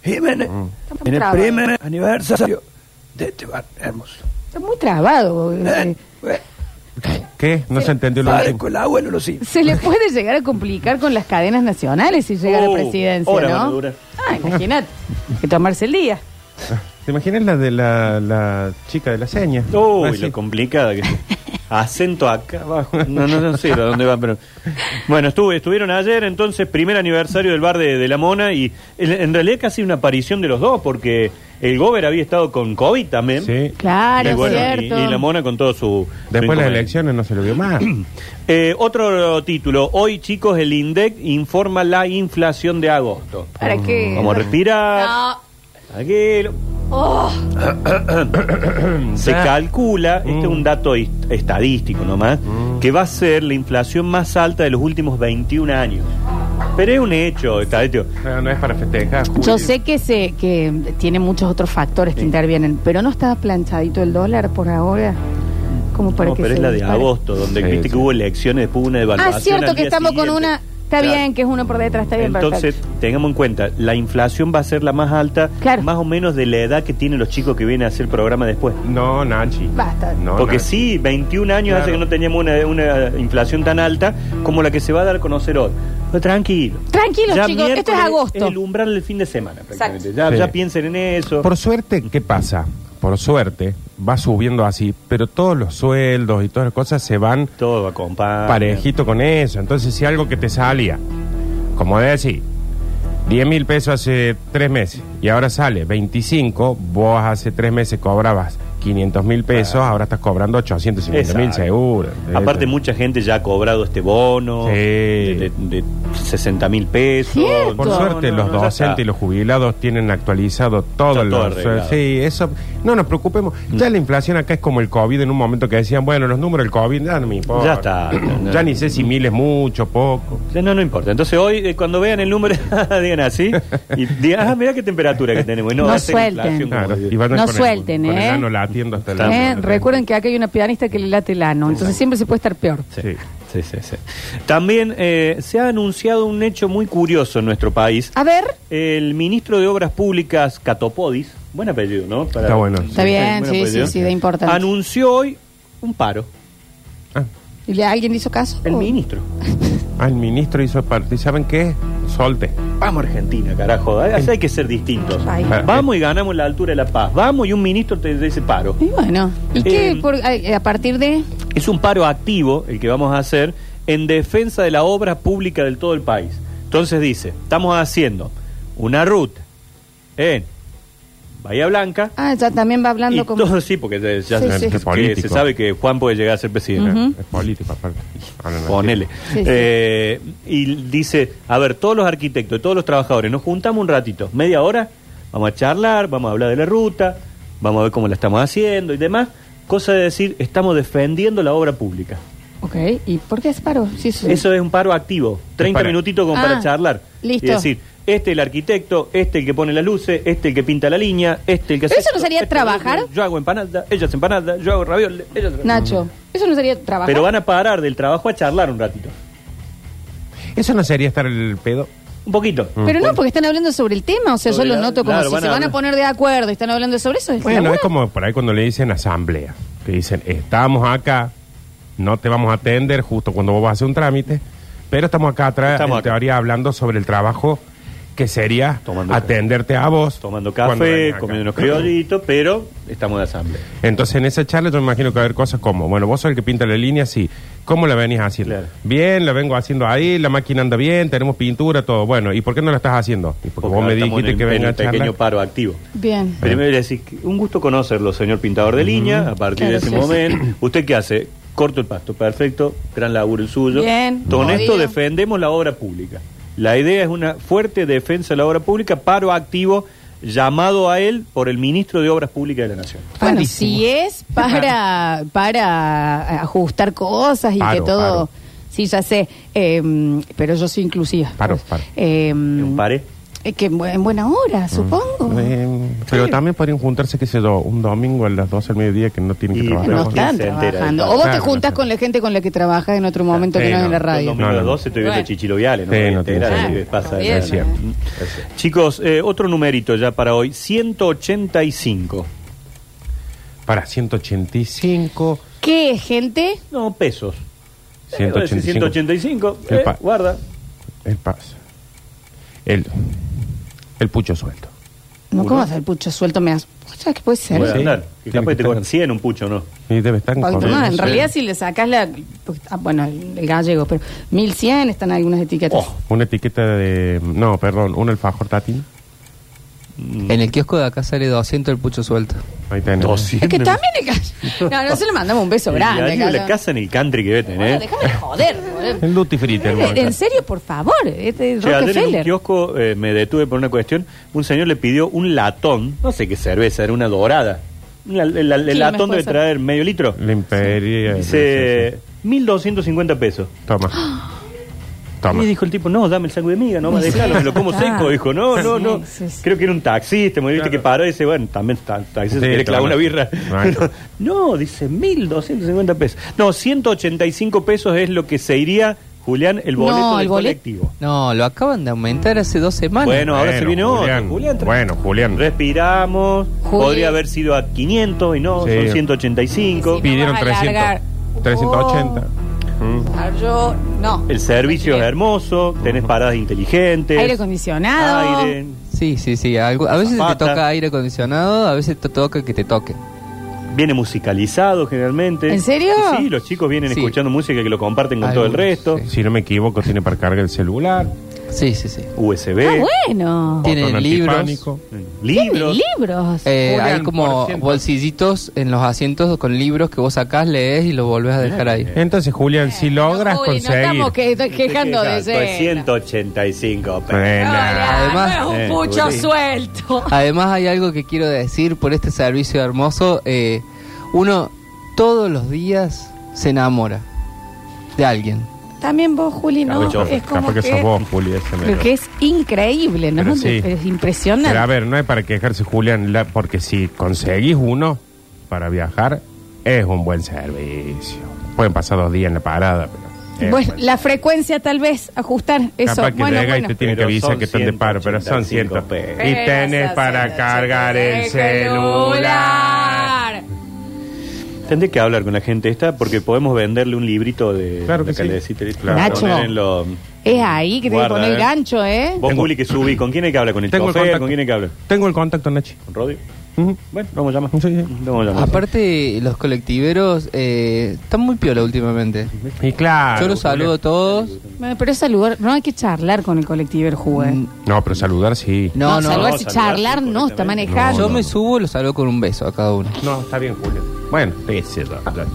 [SPEAKER 3] Jiménez,
[SPEAKER 2] en el trabado. primer
[SPEAKER 3] aniversario de este bar hermoso.
[SPEAKER 2] Está muy trabado. eh.
[SPEAKER 4] ¿Qué? No se entendió lo último.
[SPEAKER 3] el abuelo, los sí.
[SPEAKER 2] Se le puede llegar a complicar con las cadenas nacionales si llega a la
[SPEAKER 3] Uh,
[SPEAKER 2] presidencia,
[SPEAKER 3] horas van a
[SPEAKER 2] ¿no?
[SPEAKER 3] durar.
[SPEAKER 2] Ah, imagínate. Hay que tomarse el día.
[SPEAKER 4] ¿Te imaginas la de la, la chica de la seña? Ah,
[SPEAKER 3] Uy,
[SPEAKER 4] Así.
[SPEAKER 3] lo complicada que es. Acento acá abajo. No, no, no sé a dónde va, pero. Bueno, estuve, estuvieron ayer, entonces, primer aniversario del bar de, de La Mona y en, en realidad casi una aparición de los dos, porque el Gober había estado con COVID también.
[SPEAKER 4] Sí.
[SPEAKER 2] Claro,
[SPEAKER 3] y, bueno, y,
[SPEAKER 2] cierto.
[SPEAKER 3] y La Mona con todo su. su
[SPEAKER 4] Después de las
[SPEAKER 3] inconveniente.
[SPEAKER 4] elecciones no se lo vio más.
[SPEAKER 3] Eh, otro título. Hoy, chicos, el INDEC informa la inflación de agosto.
[SPEAKER 2] ¿Para qué?
[SPEAKER 3] Vamos a respirar.
[SPEAKER 2] No.
[SPEAKER 3] Tranquilo.
[SPEAKER 2] Oh,
[SPEAKER 3] Se calcula, este
[SPEAKER 4] Mm.
[SPEAKER 3] es un dato hist- estadístico nomás, que va a ser la inflación más alta de los últimos 21 años. Pero es un hecho estadístico.
[SPEAKER 4] No, no es para festejar.
[SPEAKER 2] yo sé que se que tiene muchos otros factores que intervienen, pero no está planchadito el dólar por ahora. Como para
[SPEAKER 3] No,
[SPEAKER 2] que
[SPEAKER 3] pero
[SPEAKER 2] se
[SPEAKER 3] es la de
[SPEAKER 2] dispare.
[SPEAKER 3] agosto, donde
[SPEAKER 4] Sí,
[SPEAKER 3] viste
[SPEAKER 4] sí.
[SPEAKER 3] que hubo elecciones, después hubo una
[SPEAKER 2] Ah,
[SPEAKER 3] devaluación.
[SPEAKER 2] es cierto
[SPEAKER 3] al
[SPEAKER 2] que
[SPEAKER 3] día
[SPEAKER 2] estamos con
[SPEAKER 3] siguiente.
[SPEAKER 2] una. Está
[SPEAKER 3] Claro.
[SPEAKER 2] bien que es uno por detrás, está bien.
[SPEAKER 3] Entonces,
[SPEAKER 2] perfecto.
[SPEAKER 3] tengamos en cuenta, la inflación va a ser la más alta,
[SPEAKER 2] Claro.
[SPEAKER 3] más o menos de la edad que tienen los chicos que vienen a hacer el programa después.
[SPEAKER 4] No, Nachi.
[SPEAKER 2] Basta.
[SPEAKER 4] No,
[SPEAKER 3] Porque
[SPEAKER 4] Nachi.
[SPEAKER 3] sí, 21 años hace
[SPEAKER 4] Claro.
[SPEAKER 3] que no teníamos una, una inflación tan alta como la que se va a dar a conocer hoy. Pero tranquilo.
[SPEAKER 2] Tranquilos,
[SPEAKER 3] Ya
[SPEAKER 2] chicos, esto es
[SPEAKER 3] miércoles
[SPEAKER 2] agosto.
[SPEAKER 3] el umbral del fin de semana, prácticamente.
[SPEAKER 2] Exacto.
[SPEAKER 3] Ya,
[SPEAKER 4] Sí.
[SPEAKER 3] ya piensen en eso.
[SPEAKER 4] Por suerte, ¿qué pasa? Por suerte, va subiendo así, pero todos los sueldos y todas las cosas se van
[SPEAKER 3] Todo va compadre.
[SPEAKER 4] parejito con eso. Entonces, si algo que te salía, como decir, 10 mil pesos hace tres meses y ahora sale 25, vos hace tres meses cobrabas 500 mil pesos, ahora estás cobrando 850 mil
[SPEAKER 3] Ah. Exacto.
[SPEAKER 4] seguro.
[SPEAKER 3] Aparte,
[SPEAKER 4] Eh,
[SPEAKER 3] mucha gente ya ha cobrado este bono
[SPEAKER 4] Sí.
[SPEAKER 3] de, de- de 60 mil pesos.
[SPEAKER 2] Cierto.
[SPEAKER 4] Por
[SPEAKER 2] No,
[SPEAKER 4] suerte,
[SPEAKER 3] no,
[SPEAKER 4] los
[SPEAKER 3] no, ya
[SPEAKER 4] docentes
[SPEAKER 3] está.
[SPEAKER 4] y los jubilados tienen actualizado todo
[SPEAKER 3] Está
[SPEAKER 4] el
[SPEAKER 3] todo arreglado. Mm.
[SPEAKER 4] Sí, eso. No nos preocupemos. Ya la inflación acá es como el COVID en un momento que decían, bueno, los números del COVID, ya no me importa.
[SPEAKER 3] Ya está.
[SPEAKER 4] ya ni sé si mil es mucho, poco.
[SPEAKER 3] Ya No, no importa. Entonces hoy, eh, cuando vean el número, digan así. Y digan, ah, mira qué temperatura que tenemos. Y no
[SPEAKER 2] No
[SPEAKER 3] va a ser
[SPEAKER 2] suelten.
[SPEAKER 3] inflación como
[SPEAKER 4] Claro,
[SPEAKER 3] de-
[SPEAKER 4] y vayan
[SPEAKER 2] No
[SPEAKER 4] con el-
[SPEAKER 2] suelten,
[SPEAKER 4] con el
[SPEAKER 2] ¿eh?
[SPEAKER 4] ano latiendo hasta la-
[SPEAKER 2] Eh, Recuerden que acá hay una pianista que le late el ano, entonces siempre se puede estar peor.
[SPEAKER 4] Sí.
[SPEAKER 3] Sí, sí, sí. También eh, se ha anunciado un hecho muy curioso en nuestro país.
[SPEAKER 2] A ver,
[SPEAKER 3] El ministro de Obras Públicas, Catopodis, buen apellido, ¿no? Para-
[SPEAKER 4] Está bueno.
[SPEAKER 2] Está bien, sí, sí, sí, de importante.
[SPEAKER 3] Anunció hoy un paro.
[SPEAKER 4] Ah,
[SPEAKER 2] ¿y le- ¿alguien le hizo caso? Oh.
[SPEAKER 3] El ministro.
[SPEAKER 4] ah, el ministro hizo parte. ¿Y saben qué? Solte.
[SPEAKER 3] Vamos a Argentina, carajo. Así hay que ser distintos.
[SPEAKER 2] Ay.
[SPEAKER 4] Ah,
[SPEAKER 3] Vamos y ganamos la altura de la paz. Vamos y un ministro te dice paro.
[SPEAKER 2] Y bueno, ¿y qué
[SPEAKER 3] Eh,
[SPEAKER 2] por- ay, a partir de...?
[SPEAKER 3] Es un paro activo el que vamos a hacer en defensa de la obra pública del todo el país. Entonces dice, estamos haciendo una ruta en Bahía Blanca.
[SPEAKER 2] Ah, ya también va hablando
[SPEAKER 3] y
[SPEAKER 2] como.
[SPEAKER 3] todo sí, porque ya, ya
[SPEAKER 2] Sí,
[SPEAKER 3] se-
[SPEAKER 2] sí.
[SPEAKER 3] que se
[SPEAKER 4] Político.
[SPEAKER 3] sabe que Juan puede llegar a ser presidente.
[SPEAKER 4] Es político, aparte. Ah, no, no,
[SPEAKER 3] Ponele.
[SPEAKER 2] Sí, sí.
[SPEAKER 3] Eh, y dice, a ver, todos los arquitectos, todos los trabajadores, nos juntamos un ratito, media hora, vamos a charlar, vamos a hablar de la ruta, vamos a ver cómo la estamos haciendo y demás. Cosa de decir, estamos defendiendo la obra pública.
[SPEAKER 2] Ok, ¿y por qué es paro? Sí, sí.
[SPEAKER 3] Eso es un paro activo, 30
[SPEAKER 4] para-
[SPEAKER 3] minutitos como
[SPEAKER 2] Ah,
[SPEAKER 3] para charlar.
[SPEAKER 2] listo.
[SPEAKER 3] Y decir, este el arquitecto, este el que pone las luces, este el que pinta la línea, este el que
[SPEAKER 2] ¿Pero eso
[SPEAKER 3] esto,
[SPEAKER 2] no sería
[SPEAKER 3] este
[SPEAKER 2] trabajar?
[SPEAKER 3] el otro, Yo hago empanada, ella hace empanada, yo hago ravioles, ella hace-
[SPEAKER 2] Nacho, eso no sería trabajar.
[SPEAKER 3] Pero van a parar del trabajo a charlar un ratito.
[SPEAKER 4] ¿Eso no sería estar el pedo?
[SPEAKER 3] Un poquito.
[SPEAKER 4] Mm.
[SPEAKER 2] Pero no, porque están hablando sobre el tema, o sea, yo
[SPEAKER 3] Sobre
[SPEAKER 2] lo
[SPEAKER 3] la-
[SPEAKER 2] noto como
[SPEAKER 3] claro,
[SPEAKER 2] si
[SPEAKER 3] van
[SPEAKER 2] se
[SPEAKER 3] a
[SPEAKER 2] van a
[SPEAKER 3] hablar.
[SPEAKER 2] poner de acuerdo y están hablando sobre eso.
[SPEAKER 4] Bueno,
[SPEAKER 2] ¿Seguro?
[SPEAKER 4] es como por ahí cuando le dicen asamblea, que dicen, estamos acá, no te vamos a atender justo cuando vos vas a hacer un trámite, pero estamos acá atrás,
[SPEAKER 3] Estamos
[SPEAKER 4] en
[SPEAKER 3] acá.
[SPEAKER 4] teoría, hablando sobre el trabajo que sería
[SPEAKER 3] Tomando café.
[SPEAKER 4] atenderte a vos.
[SPEAKER 3] Tomando
[SPEAKER 4] cuando
[SPEAKER 3] café,
[SPEAKER 4] vengas acá.
[SPEAKER 3] comiendo unos criollitos, pero estamos de asamblea.
[SPEAKER 4] Entonces, en esa charla yo me imagino que va a haber cosas como, bueno, vos sos el que pinta la línea, sí. ¿Cómo la venís haciendo?
[SPEAKER 3] Claro.
[SPEAKER 4] Bien, la vengo haciendo ahí, la máquina anda bien, tenemos pintura, todo. Bueno, ¿y por qué no la estás haciendo? Y porque, vos
[SPEAKER 3] ahora
[SPEAKER 4] me
[SPEAKER 3] estamos
[SPEAKER 4] dijiste
[SPEAKER 3] en
[SPEAKER 4] que
[SPEAKER 3] el- en
[SPEAKER 4] venga
[SPEAKER 3] el
[SPEAKER 4] a charlar.
[SPEAKER 3] pequeño paro activo.
[SPEAKER 2] Bien.
[SPEAKER 3] Primero le decís, un gusto conocerlo, señor pintador de línea, a partir
[SPEAKER 2] Claro,
[SPEAKER 3] de ese
[SPEAKER 2] sí,
[SPEAKER 3] momento. ¿Usted qué hace? Corto el pasto, perfecto, gran laburo el suyo.
[SPEAKER 2] Bien,
[SPEAKER 3] Con esto
[SPEAKER 2] jodido.
[SPEAKER 3] defendemos la obra pública. La idea es una fuerte defensa de la obra pública, paro activo, llamado a él por el ministro de Obras Públicas de la Nación.
[SPEAKER 2] Bueno,
[SPEAKER 4] Rarísimo.
[SPEAKER 2] si es para, para ajustar cosas y
[SPEAKER 4] Paro,
[SPEAKER 2] que todo...
[SPEAKER 4] paro.
[SPEAKER 2] Sí, ya sé, eh, pero yo soy inclusiva.
[SPEAKER 4] Paro, paro.
[SPEAKER 2] Eh,
[SPEAKER 3] ¿Un pare?
[SPEAKER 2] eh, que en bu- en buena hora, supongo.
[SPEAKER 4] Eh, pero también podrían juntarse, qué sé yo, un domingo a las 12 del mediodía que no tienen que
[SPEAKER 3] Y-
[SPEAKER 4] trabajar.
[SPEAKER 2] no
[SPEAKER 3] Pero
[SPEAKER 2] están
[SPEAKER 3] ¿quién se entera
[SPEAKER 2] trabajando.
[SPEAKER 3] de
[SPEAKER 2] O vos te
[SPEAKER 4] Claro,
[SPEAKER 2] juntas
[SPEAKER 4] no.
[SPEAKER 2] con la gente con la que trabajas en otro momento que
[SPEAKER 4] Sí,
[SPEAKER 2] no,
[SPEAKER 4] no.
[SPEAKER 2] en la
[SPEAKER 3] Yo
[SPEAKER 2] radio.
[SPEAKER 3] El domingo
[SPEAKER 4] No, no.
[SPEAKER 3] 12 estoy viendo
[SPEAKER 2] Bueno.
[SPEAKER 3] chichiriviales, no
[SPEAKER 4] Sí,
[SPEAKER 3] me
[SPEAKER 4] no tiene
[SPEAKER 3] entera de
[SPEAKER 4] sentido.
[SPEAKER 3] qué pasa.
[SPEAKER 2] Bien.
[SPEAKER 4] Es cierto.
[SPEAKER 3] Chicos, eh, otro numerito ya para hoy, 185.
[SPEAKER 4] Para 185.
[SPEAKER 2] ¿Qué es, gente?
[SPEAKER 3] No, pesos. Eh,
[SPEAKER 4] 185.
[SPEAKER 3] 185.
[SPEAKER 4] El
[SPEAKER 3] eh,
[SPEAKER 4] pa-
[SPEAKER 3] guarda.
[SPEAKER 4] El paso. El, el pucho suelto.
[SPEAKER 2] No,
[SPEAKER 3] Uno.
[SPEAKER 2] ¿cómo vas al pucho suelto? Me das... ¿Sabes qué puede ser?
[SPEAKER 3] Puede
[SPEAKER 4] Sí.
[SPEAKER 3] andar. Que
[SPEAKER 4] Tiene
[SPEAKER 3] capaz
[SPEAKER 4] que
[SPEAKER 3] te
[SPEAKER 4] estar.
[SPEAKER 3] cobran 100 un pucho, ¿no?
[SPEAKER 4] Y debe estar
[SPEAKER 2] Un
[SPEAKER 4] con-
[SPEAKER 2] poquito más. En
[SPEAKER 4] Sí.
[SPEAKER 2] realidad, si le sacas la. pues, ah, bueno, el gallego, pero 1100 están algunas etiquetas.
[SPEAKER 4] Una etiqueta de. No, perdón, un alfajor tatín.
[SPEAKER 1] En el kiosco de acá sale 200 el pucho suelto.
[SPEAKER 4] Ahí tenés.
[SPEAKER 2] es que también el gallego. No, no se le mandamos un beso
[SPEAKER 3] El
[SPEAKER 2] grande.
[SPEAKER 3] gallo de la
[SPEAKER 2] gallo.
[SPEAKER 3] casa en el country que veten,
[SPEAKER 2] Bueno,
[SPEAKER 3] ¿eh?
[SPEAKER 2] déjame de joder, boludo.
[SPEAKER 4] El duty free tenemos
[SPEAKER 2] En
[SPEAKER 4] acá.
[SPEAKER 2] serio, por favor. Este
[SPEAKER 3] Che, ayer en un
[SPEAKER 2] Rockefeller.
[SPEAKER 3] kiosco eh, me detuve por una cuestión. Un señor le pidió un latón, no sé qué cerveza, era una dorada. La- el- el- el
[SPEAKER 2] Sí,
[SPEAKER 3] latón
[SPEAKER 2] puede
[SPEAKER 3] debe
[SPEAKER 2] ser.
[SPEAKER 3] traer medio litro.
[SPEAKER 4] La imperia.
[SPEAKER 3] Dice,
[SPEAKER 4] sí, sí,
[SPEAKER 3] 1250 pesos.
[SPEAKER 4] sí. Toma. Toma.
[SPEAKER 3] Y dijo el tipo, no, dame el saco de miga, no me
[SPEAKER 2] Sí,
[SPEAKER 3] déjalo, me lo como
[SPEAKER 2] claro.
[SPEAKER 3] seco. Dijo, no, no,
[SPEAKER 2] Sí,
[SPEAKER 3] no.
[SPEAKER 2] sí, sí.
[SPEAKER 3] Creo que era un taxista, me viste que paró y dice, bueno, también ta- taxista
[SPEAKER 4] Sí,
[SPEAKER 3] que le clavó una
[SPEAKER 4] claro.
[SPEAKER 3] birra.
[SPEAKER 4] Bueno.
[SPEAKER 3] No, dice 1.250 pesos. No, 185 pesos es lo que se iría, Julián, el boleto
[SPEAKER 2] No,
[SPEAKER 3] del
[SPEAKER 2] el bolet-
[SPEAKER 3] colectivo.
[SPEAKER 1] No, lo acaban de aumentar hace dos semanas.
[SPEAKER 3] Bueno, ahora se viene otro.
[SPEAKER 4] Julián.
[SPEAKER 3] Julián, tra-
[SPEAKER 4] Bueno, Julián.
[SPEAKER 3] Respiramos,
[SPEAKER 2] Juli-
[SPEAKER 3] podría haber sido a 500 y no,
[SPEAKER 4] Sí.
[SPEAKER 3] son 185.
[SPEAKER 2] Sí, sí.
[SPEAKER 4] Pidieron
[SPEAKER 2] Vamos a
[SPEAKER 4] 300.
[SPEAKER 2] alargar. Oh.
[SPEAKER 4] 380.
[SPEAKER 2] Ah, Yo, no.
[SPEAKER 3] El servicio es hermoso, tenés paradas inteligentes.
[SPEAKER 2] Aire acondicionado.
[SPEAKER 3] aire.
[SPEAKER 1] Sí, sí, sí. algo- a veces
[SPEAKER 3] Zapata.
[SPEAKER 1] te toca aire acondicionado, a veces te toca que te toque.
[SPEAKER 3] Viene musicalizado generalmente.
[SPEAKER 2] ¿En serio?
[SPEAKER 3] Sí, los chicos vienen
[SPEAKER 1] Sí.
[SPEAKER 3] escuchando música que lo comparten con todo el
[SPEAKER 1] Algunos,
[SPEAKER 3] resto.
[SPEAKER 1] sí.
[SPEAKER 4] Si no me equivoco, tiene para cargar el celular.
[SPEAKER 1] Sí, sí, sí.
[SPEAKER 3] USB.
[SPEAKER 2] Ah, bueno.
[SPEAKER 1] Tiene
[SPEAKER 4] botón
[SPEAKER 1] libros.
[SPEAKER 4] antipánico.
[SPEAKER 2] Tiene
[SPEAKER 3] Eh. Libros.
[SPEAKER 2] libros.
[SPEAKER 1] Eh,
[SPEAKER 4] Julián,
[SPEAKER 1] hay como
[SPEAKER 4] por ciento.
[SPEAKER 1] bolsillitos en los asientos con libros que vos sacás, lees y los volvés a dejar ahí.
[SPEAKER 4] Entonces, Julián, si logras
[SPEAKER 2] Uy, no
[SPEAKER 4] conseguir.
[SPEAKER 2] estamos que, quejando de
[SPEAKER 3] Exacto, es
[SPEAKER 2] ese.
[SPEAKER 3] 185 pesos.
[SPEAKER 4] Bueno,
[SPEAKER 1] Además-
[SPEAKER 2] Además, no es un
[SPEAKER 3] Eh,
[SPEAKER 2] pucho
[SPEAKER 3] sí.
[SPEAKER 2] suelto.
[SPEAKER 1] Además hay algo que quiero decir por este servicio hermoso. eh, uno todos los días se enamora de alguien.
[SPEAKER 2] También vos, Juli, ¿no?
[SPEAKER 3] Capaz yo,
[SPEAKER 2] es como
[SPEAKER 4] Ah, capaz que,
[SPEAKER 2] que,
[SPEAKER 4] sos vos, Julián. ese
[SPEAKER 2] Pero
[SPEAKER 4] menos.
[SPEAKER 2] que es increíble, ¿no?
[SPEAKER 4] Pero sí.
[SPEAKER 2] Es impresionante.
[SPEAKER 4] Pero a ver, no es para quejarse, Julián, la- porque si conseguís uno para viajar, es un buen servicio. Pueden pasar dos días en la parada, pero. es
[SPEAKER 2] bueno,
[SPEAKER 4] buen
[SPEAKER 2] la frecuencia tal vez, ajustar eso.
[SPEAKER 4] Capaz que
[SPEAKER 2] bueno,
[SPEAKER 4] llega
[SPEAKER 2] bueno.
[SPEAKER 4] y te tienen que
[SPEAKER 3] Pero
[SPEAKER 4] avisar
[SPEAKER 3] son
[SPEAKER 4] que están de paro, pero son
[SPEAKER 3] 185
[SPEAKER 4] cientos.
[SPEAKER 3] pesos.
[SPEAKER 4] Y tenés para cargar el celular.
[SPEAKER 3] Tendré que hablar con la gente esta porque podemos venderle un librito de
[SPEAKER 4] Claro
[SPEAKER 3] de
[SPEAKER 4] que sí.
[SPEAKER 3] calecita y-
[SPEAKER 4] Claro.
[SPEAKER 2] Nacho.
[SPEAKER 3] poner en lo-
[SPEAKER 2] Es ahí que te
[SPEAKER 3] Guarda,
[SPEAKER 2] poner el
[SPEAKER 3] eh.
[SPEAKER 2] gancho, ¿eh?
[SPEAKER 3] Vos, Juli, que subí, ¿con quién hay que hablar? ¿Con el
[SPEAKER 4] Tengo el
[SPEAKER 3] chofer?
[SPEAKER 4] contacto.
[SPEAKER 3] ¿Con quién hay que hablar?
[SPEAKER 4] Tengo el contacto, Nachi.
[SPEAKER 3] ¿Con Rodio?
[SPEAKER 4] Ujú.
[SPEAKER 3] Bueno, vamos a llamar.
[SPEAKER 4] Sí, sí.
[SPEAKER 3] Vamos a llamar.
[SPEAKER 1] Aparte, los colectiveros eh, están muy piola últimamente.
[SPEAKER 4] Y claro.
[SPEAKER 1] Yo los saludo a todos.
[SPEAKER 2] Bueno, Pero es saludar, no hay que charlar con el colectivo el juez.
[SPEAKER 4] No, pero saludar sí.
[SPEAKER 1] Mm, No, no.
[SPEAKER 2] Saludar,
[SPEAKER 3] no,
[SPEAKER 2] si
[SPEAKER 3] saludar,
[SPEAKER 2] charlar
[SPEAKER 3] sí,
[SPEAKER 2] no, está
[SPEAKER 3] correctamente.
[SPEAKER 2] manejando.
[SPEAKER 1] Yo me subo, los saludo con un beso a cada uno.
[SPEAKER 4] No, está bien, Julio. Bueno, qué sé yo, ya,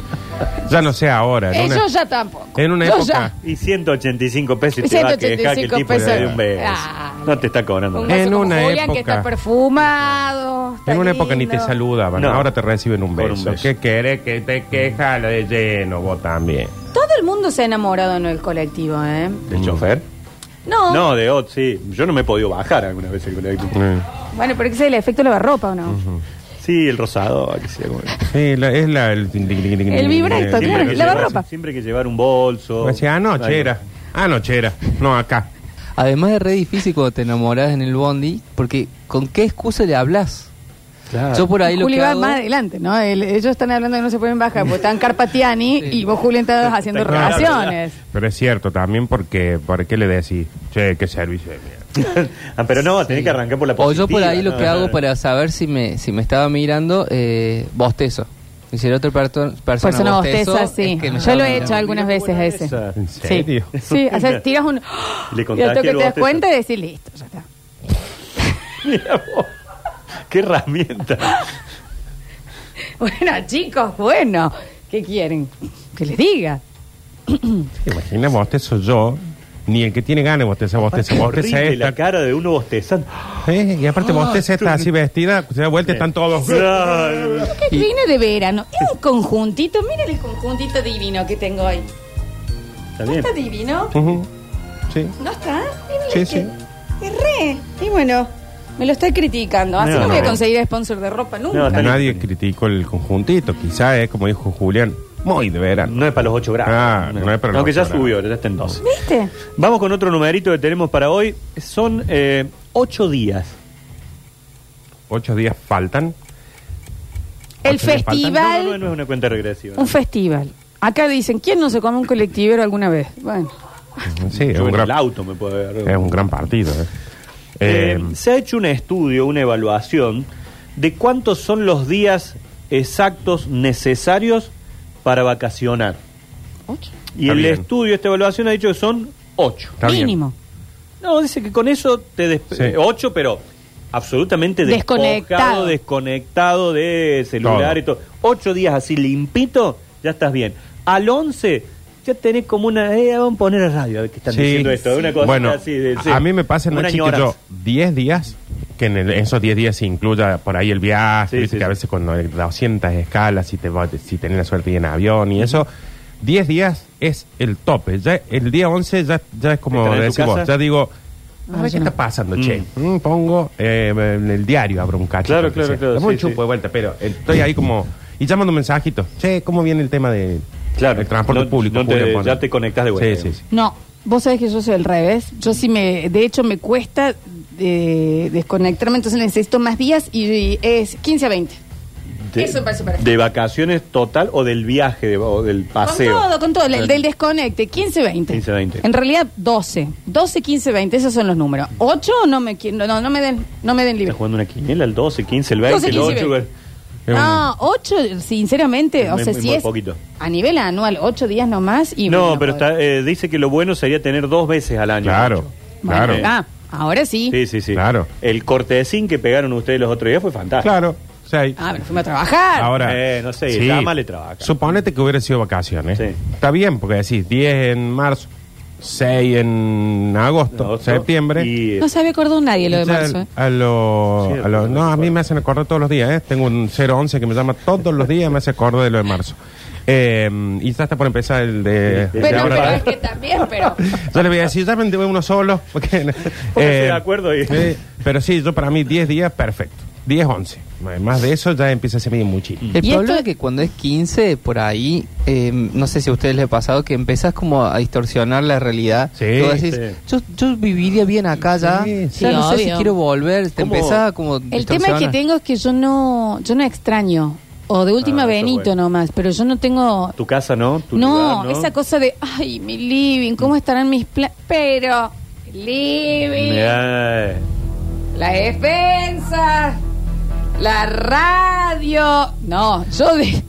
[SPEAKER 4] ya no sé ahora. En
[SPEAKER 2] Eh,
[SPEAKER 4] una,
[SPEAKER 2] yo ya tampoco.
[SPEAKER 4] en una
[SPEAKER 2] Yo
[SPEAKER 4] época.
[SPEAKER 2] ya.
[SPEAKER 3] Y 185 pesos y te va a que dejar que el
[SPEAKER 2] 185
[SPEAKER 3] tipo te dé un beso.
[SPEAKER 2] Ah.
[SPEAKER 3] No te está cobrando.
[SPEAKER 2] Un
[SPEAKER 3] nada.
[SPEAKER 2] beso
[SPEAKER 4] En
[SPEAKER 2] como
[SPEAKER 4] una
[SPEAKER 2] Julián, que
[SPEAKER 4] época.
[SPEAKER 2] está perfumado. está
[SPEAKER 4] En una época ni te
[SPEAKER 2] lindo.
[SPEAKER 4] saludaban,
[SPEAKER 3] No.
[SPEAKER 4] ahora te reciben un
[SPEAKER 3] Por
[SPEAKER 4] beso.
[SPEAKER 3] un beso.
[SPEAKER 4] ¿Qué querés que te queja la de lleno vos también?
[SPEAKER 2] Todo el mundo se ha enamorado en el colectivo, ¿eh?
[SPEAKER 3] ¿Del chofer?
[SPEAKER 2] No.
[SPEAKER 3] No, de Ot, sí. Yo no me he podido bajar algunas veces con el
[SPEAKER 4] Mm.
[SPEAKER 2] Bueno, pero que es el efecto lavarropa, ¿o no?
[SPEAKER 3] Sí, el rosado. ah, que sea, bueno.
[SPEAKER 4] Sí, la- es la... El,
[SPEAKER 2] El vibrato,
[SPEAKER 4] el-
[SPEAKER 2] claro, lavar
[SPEAKER 3] que llevar-
[SPEAKER 2] ropa.
[SPEAKER 3] Siempre que llevar un bolso.
[SPEAKER 4] Me decía, "Ah, anoche
[SPEAKER 3] Ay,
[SPEAKER 4] era. Anoche era. No, acá.
[SPEAKER 1] Además es re difícil cuando te enamorás en el bondi, porque ¿con qué excusa le hablas?
[SPEAKER 3] Claro.
[SPEAKER 1] Yo por ahí lo
[SPEAKER 2] Juli
[SPEAKER 1] que
[SPEAKER 2] va
[SPEAKER 1] hago-
[SPEAKER 2] más adelante, ¿no? El- ellos están hablando que no se pueden bajar porque están Carpatiani y vos, Juli, estás haciendo
[SPEAKER 3] Está claro,
[SPEAKER 2] relaciones.
[SPEAKER 4] Pero es cierto también porque... ¿Por qué le decís? Che, qué servicio de mierda.
[SPEAKER 3] ah, pero no, tenés que arrancar por la
[SPEAKER 1] O yo por
[SPEAKER 3] positiva,
[SPEAKER 1] ahí lo
[SPEAKER 3] no,
[SPEAKER 1] que
[SPEAKER 3] no,
[SPEAKER 1] hago
[SPEAKER 3] no.
[SPEAKER 1] para saber si me, si me estaba mirando, eh, bostezo. Y si la otra perto- persona,
[SPEAKER 2] Persona
[SPEAKER 1] bostezo,
[SPEAKER 2] bosteza, sí.
[SPEAKER 1] es que me
[SPEAKER 2] Yo
[SPEAKER 1] estaba
[SPEAKER 2] lo he
[SPEAKER 1] mirando.
[SPEAKER 2] hecho algunas veces
[SPEAKER 3] buena
[SPEAKER 2] ese.
[SPEAKER 3] esa.
[SPEAKER 4] ¿En
[SPEAKER 2] Sí.
[SPEAKER 4] serio?
[SPEAKER 2] Sí, o sea, tiras un... y
[SPEAKER 3] Le
[SPEAKER 2] hasta
[SPEAKER 3] contagié
[SPEAKER 2] que
[SPEAKER 3] el
[SPEAKER 2] te das
[SPEAKER 3] bostezo.
[SPEAKER 2] cuenta y decís, listo, ya está.
[SPEAKER 3] Mira vos, Qué herramienta.
[SPEAKER 2] Bueno, chicos, bueno, ¿qué quieren? Que les diga.
[SPEAKER 4] Imagina bostezo yo, ni el que tiene ganas de bosteza, bosteza, bosteza
[SPEAKER 3] Horrible la Ah,
[SPEAKER 4] esta.
[SPEAKER 3] cara de uno bostezando.
[SPEAKER 4] ¿Eh? Y aparte bosteza esta así vestida, se da vuelta y están todos...
[SPEAKER 3] Claro.
[SPEAKER 2] Que viene de verano. Es un conjuntito, miren el conjuntito divino que tengo hoy.
[SPEAKER 3] Está
[SPEAKER 2] ¿No
[SPEAKER 3] bien.
[SPEAKER 2] está divino?
[SPEAKER 4] Ujú. Sí.
[SPEAKER 2] ¿No está? Miren
[SPEAKER 4] Sí,
[SPEAKER 2] que-
[SPEAKER 4] sí.
[SPEAKER 2] Es re. Y bueno, me lo está criticando. Así
[SPEAKER 3] No,
[SPEAKER 2] no, voy a
[SPEAKER 3] no.
[SPEAKER 2] conseguir sponsor de ropa nunca.
[SPEAKER 3] No, está bien.
[SPEAKER 4] Nadie criticó el conjuntito, quizá es como dijo Julián, muy de verano.
[SPEAKER 3] No es para los 8 grados.
[SPEAKER 4] Ah, no es para los
[SPEAKER 3] Aunque ya
[SPEAKER 4] ocho grados.
[SPEAKER 3] subió, ya está en 12.
[SPEAKER 2] ¿Viste?
[SPEAKER 3] Vamos con otro numerito que tenemos para hoy. Son eh, ocho días.
[SPEAKER 4] Ocho días faltan.
[SPEAKER 2] El
[SPEAKER 4] ¿A quién le faltan?
[SPEAKER 2] festival.
[SPEAKER 3] No, no, no es una cuenta regresiva.
[SPEAKER 2] Un festival. Acá dicen, ¿quién no se come un colectivero alguna vez? Bueno,
[SPEAKER 4] Sí, es
[SPEAKER 3] Yo
[SPEAKER 4] un,
[SPEAKER 3] en el
[SPEAKER 4] gran,
[SPEAKER 3] auto me puedo ver.
[SPEAKER 4] es un gran partido. eh.
[SPEAKER 3] Eh,
[SPEAKER 4] Eh,
[SPEAKER 3] se ha hecho un estudio, una evaluación de cuántos son los días exactos necesarios para vacacionar. Y
[SPEAKER 4] Está
[SPEAKER 3] el
[SPEAKER 4] bien.
[SPEAKER 3] estudio, esta evaluación ha dicho que son ocho.
[SPEAKER 4] Está bien.
[SPEAKER 2] mínimo.
[SPEAKER 3] No, dice que con eso te des-
[SPEAKER 4] Sí.
[SPEAKER 3] eh, ocho, pero absolutamente despojado,
[SPEAKER 2] Desconectado.
[SPEAKER 3] desconectado de celular
[SPEAKER 4] Todo.
[SPEAKER 3] y todo. Ocho días así limpito, ya estás bien. Al once ya tenés como una eh, vamos a poner a radio a ver qué están
[SPEAKER 4] sí,
[SPEAKER 3] diciendo esto, una cosa
[SPEAKER 4] bueno,
[SPEAKER 3] así de- sí.
[SPEAKER 4] a mí me pasa,
[SPEAKER 3] Una
[SPEAKER 4] Nachi, que
[SPEAKER 3] añoranza.
[SPEAKER 4] yo 10 días, que en el- esos 10 días se incluya por ahí el viaje,
[SPEAKER 3] Sí,
[SPEAKER 4] viste
[SPEAKER 3] sí,
[SPEAKER 4] que a
[SPEAKER 3] sí.
[SPEAKER 4] veces cuando hay 200 escalas, si, te va- si tenés la suerte de ir en avión y eso, 10 días es el tope. Ya, el día 11 ya, ya es como
[SPEAKER 3] Estar en tu
[SPEAKER 4] decís vos,
[SPEAKER 3] casa.
[SPEAKER 4] ya digo, a ver qué está pasando, che. Mm, pongo eh, en el diario, abro un cacho.
[SPEAKER 3] Claro,
[SPEAKER 4] porque
[SPEAKER 3] claro,
[SPEAKER 4] sea.
[SPEAKER 3] claro,
[SPEAKER 4] Dame un
[SPEAKER 3] sí,
[SPEAKER 4] chupo
[SPEAKER 3] sí.
[SPEAKER 4] de vuelta, pero estoy ahí como... Y ya mando mensajitos. Che, ¿cómo viene el tema de...
[SPEAKER 3] Claro,
[SPEAKER 4] el transporte
[SPEAKER 3] no-
[SPEAKER 4] público.
[SPEAKER 3] no te-
[SPEAKER 4] Julio, ponle.
[SPEAKER 3] ya te conectás de vuelta.
[SPEAKER 4] Sí, sí, sí.
[SPEAKER 2] No, vos sabés que yo soy al revés. Yo sí me, de hecho me cuesta eh, desconectarme, entonces necesito más días y, y es 15 a 20.
[SPEAKER 3] de,
[SPEAKER 2] Eso me parece perfecto.
[SPEAKER 3] de vacaciones total o del viaje de- o del paseo.
[SPEAKER 2] Con todo, con todo, el del desconecte, 15 20.
[SPEAKER 3] 15, 20.
[SPEAKER 2] En realidad 12, 12 15 20, esos son los números. 8 no me qui- no, no, no me den, no me den
[SPEAKER 3] Estás
[SPEAKER 2] libre.
[SPEAKER 3] jugando una quiniela, el 12, 15, el 20,
[SPEAKER 2] 12, 15,
[SPEAKER 3] el 8.
[SPEAKER 2] 20.
[SPEAKER 4] Es un-
[SPEAKER 2] No, 8, sinceramente,
[SPEAKER 3] Es
[SPEAKER 2] o
[SPEAKER 3] muy-
[SPEAKER 2] sea,
[SPEAKER 3] muy-
[SPEAKER 2] si
[SPEAKER 3] muy
[SPEAKER 2] es
[SPEAKER 3] poquito.
[SPEAKER 2] a nivel anual, 8 días nomás y
[SPEAKER 3] no,
[SPEAKER 2] bueno,
[SPEAKER 3] pero
[SPEAKER 2] joder.
[SPEAKER 3] está, eh, dice que lo bueno sería tener dos veces al año.
[SPEAKER 4] Claro,
[SPEAKER 2] Bueno,
[SPEAKER 4] claro.
[SPEAKER 2] ah, ahora sí.
[SPEAKER 3] Sí, sí, sí.
[SPEAKER 4] Claro.
[SPEAKER 3] El cortesín que pegaron ustedes los otros días fue fantástico.
[SPEAKER 4] Claro, sí.
[SPEAKER 2] Ah, pero fuimos a trabajar.
[SPEAKER 4] Ahora,
[SPEAKER 3] Eh, no sé, llama, le trabaja.
[SPEAKER 4] Suponete que hubiera sido vacaciones.
[SPEAKER 3] Sí.
[SPEAKER 4] Está bien, porque decís 10 en marzo, 6 en agosto,
[SPEAKER 3] Agosto,
[SPEAKER 4] septiembre.
[SPEAKER 3] Y, eh,
[SPEAKER 2] no se había acordado nadie lo de
[SPEAKER 4] Ya
[SPEAKER 2] marzo. ¿eh?
[SPEAKER 4] A lo-
[SPEAKER 3] Cierto,
[SPEAKER 4] a lo- no, a mí
[SPEAKER 3] recuerdo.
[SPEAKER 4] me hacen acordar todos los días. ¿eh? Tengo un 011 que me llama todos los días y me hace acordar de lo de marzo. Eh, y ya está por empezar el de.
[SPEAKER 3] Sí, sí.
[SPEAKER 4] de
[SPEAKER 2] Bueno,
[SPEAKER 4] ahora.
[SPEAKER 2] pero es que también, pero.
[SPEAKER 4] Yo le voy a decir, ya me uno solo. Porque,
[SPEAKER 3] Pónganse de acuerdo y-
[SPEAKER 4] eh, pero sí, yo para mí 10 días, perfecto. 10, 11. Más de eso ya empieza a ser medio muchito.
[SPEAKER 1] El
[SPEAKER 2] Y
[SPEAKER 1] problema
[SPEAKER 2] esto-
[SPEAKER 1] es que cuando es 15, por ahí, eh, no sé si a ustedes les ha pasado que empezás como a distorsionar la realidad.
[SPEAKER 4] Sí,
[SPEAKER 1] Tú decís,
[SPEAKER 3] sí.
[SPEAKER 1] yo, yo viviría bien acá ya,
[SPEAKER 4] Sí, sí.
[SPEAKER 1] ya no sé si
[SPEAKER 2] Obvio.
[SPEAKER 1] quiero volver, te
[SPEAKER 3] ¿Cómo?
[SPEAKER 1] empezás a como
[SPEAKER 2] El tema que
[SPEAKER 1] distorsionar.
[SPEAKER 2] tengo es que yo no, yo no extraño. O de última
[SPEAKER 3] Ah, eso
[SPEAKER 2] Benito
[SPEAKER 3] bueno.
[SPEAKER 2] nomás, pero yo no tengo.
[SPEAKER 3] tu casa, ¿no? Tu
[SPEAKER 2] no,
[SPEAKER 3] lugar,
[SPEAKER 2] esa cosa de, ay, mi living, ¿cómo estarán mis planes? Pero, living,
[SPEAKER 3] Eh,
[SPEAKER 2] la defensa, La radio. No, yo de.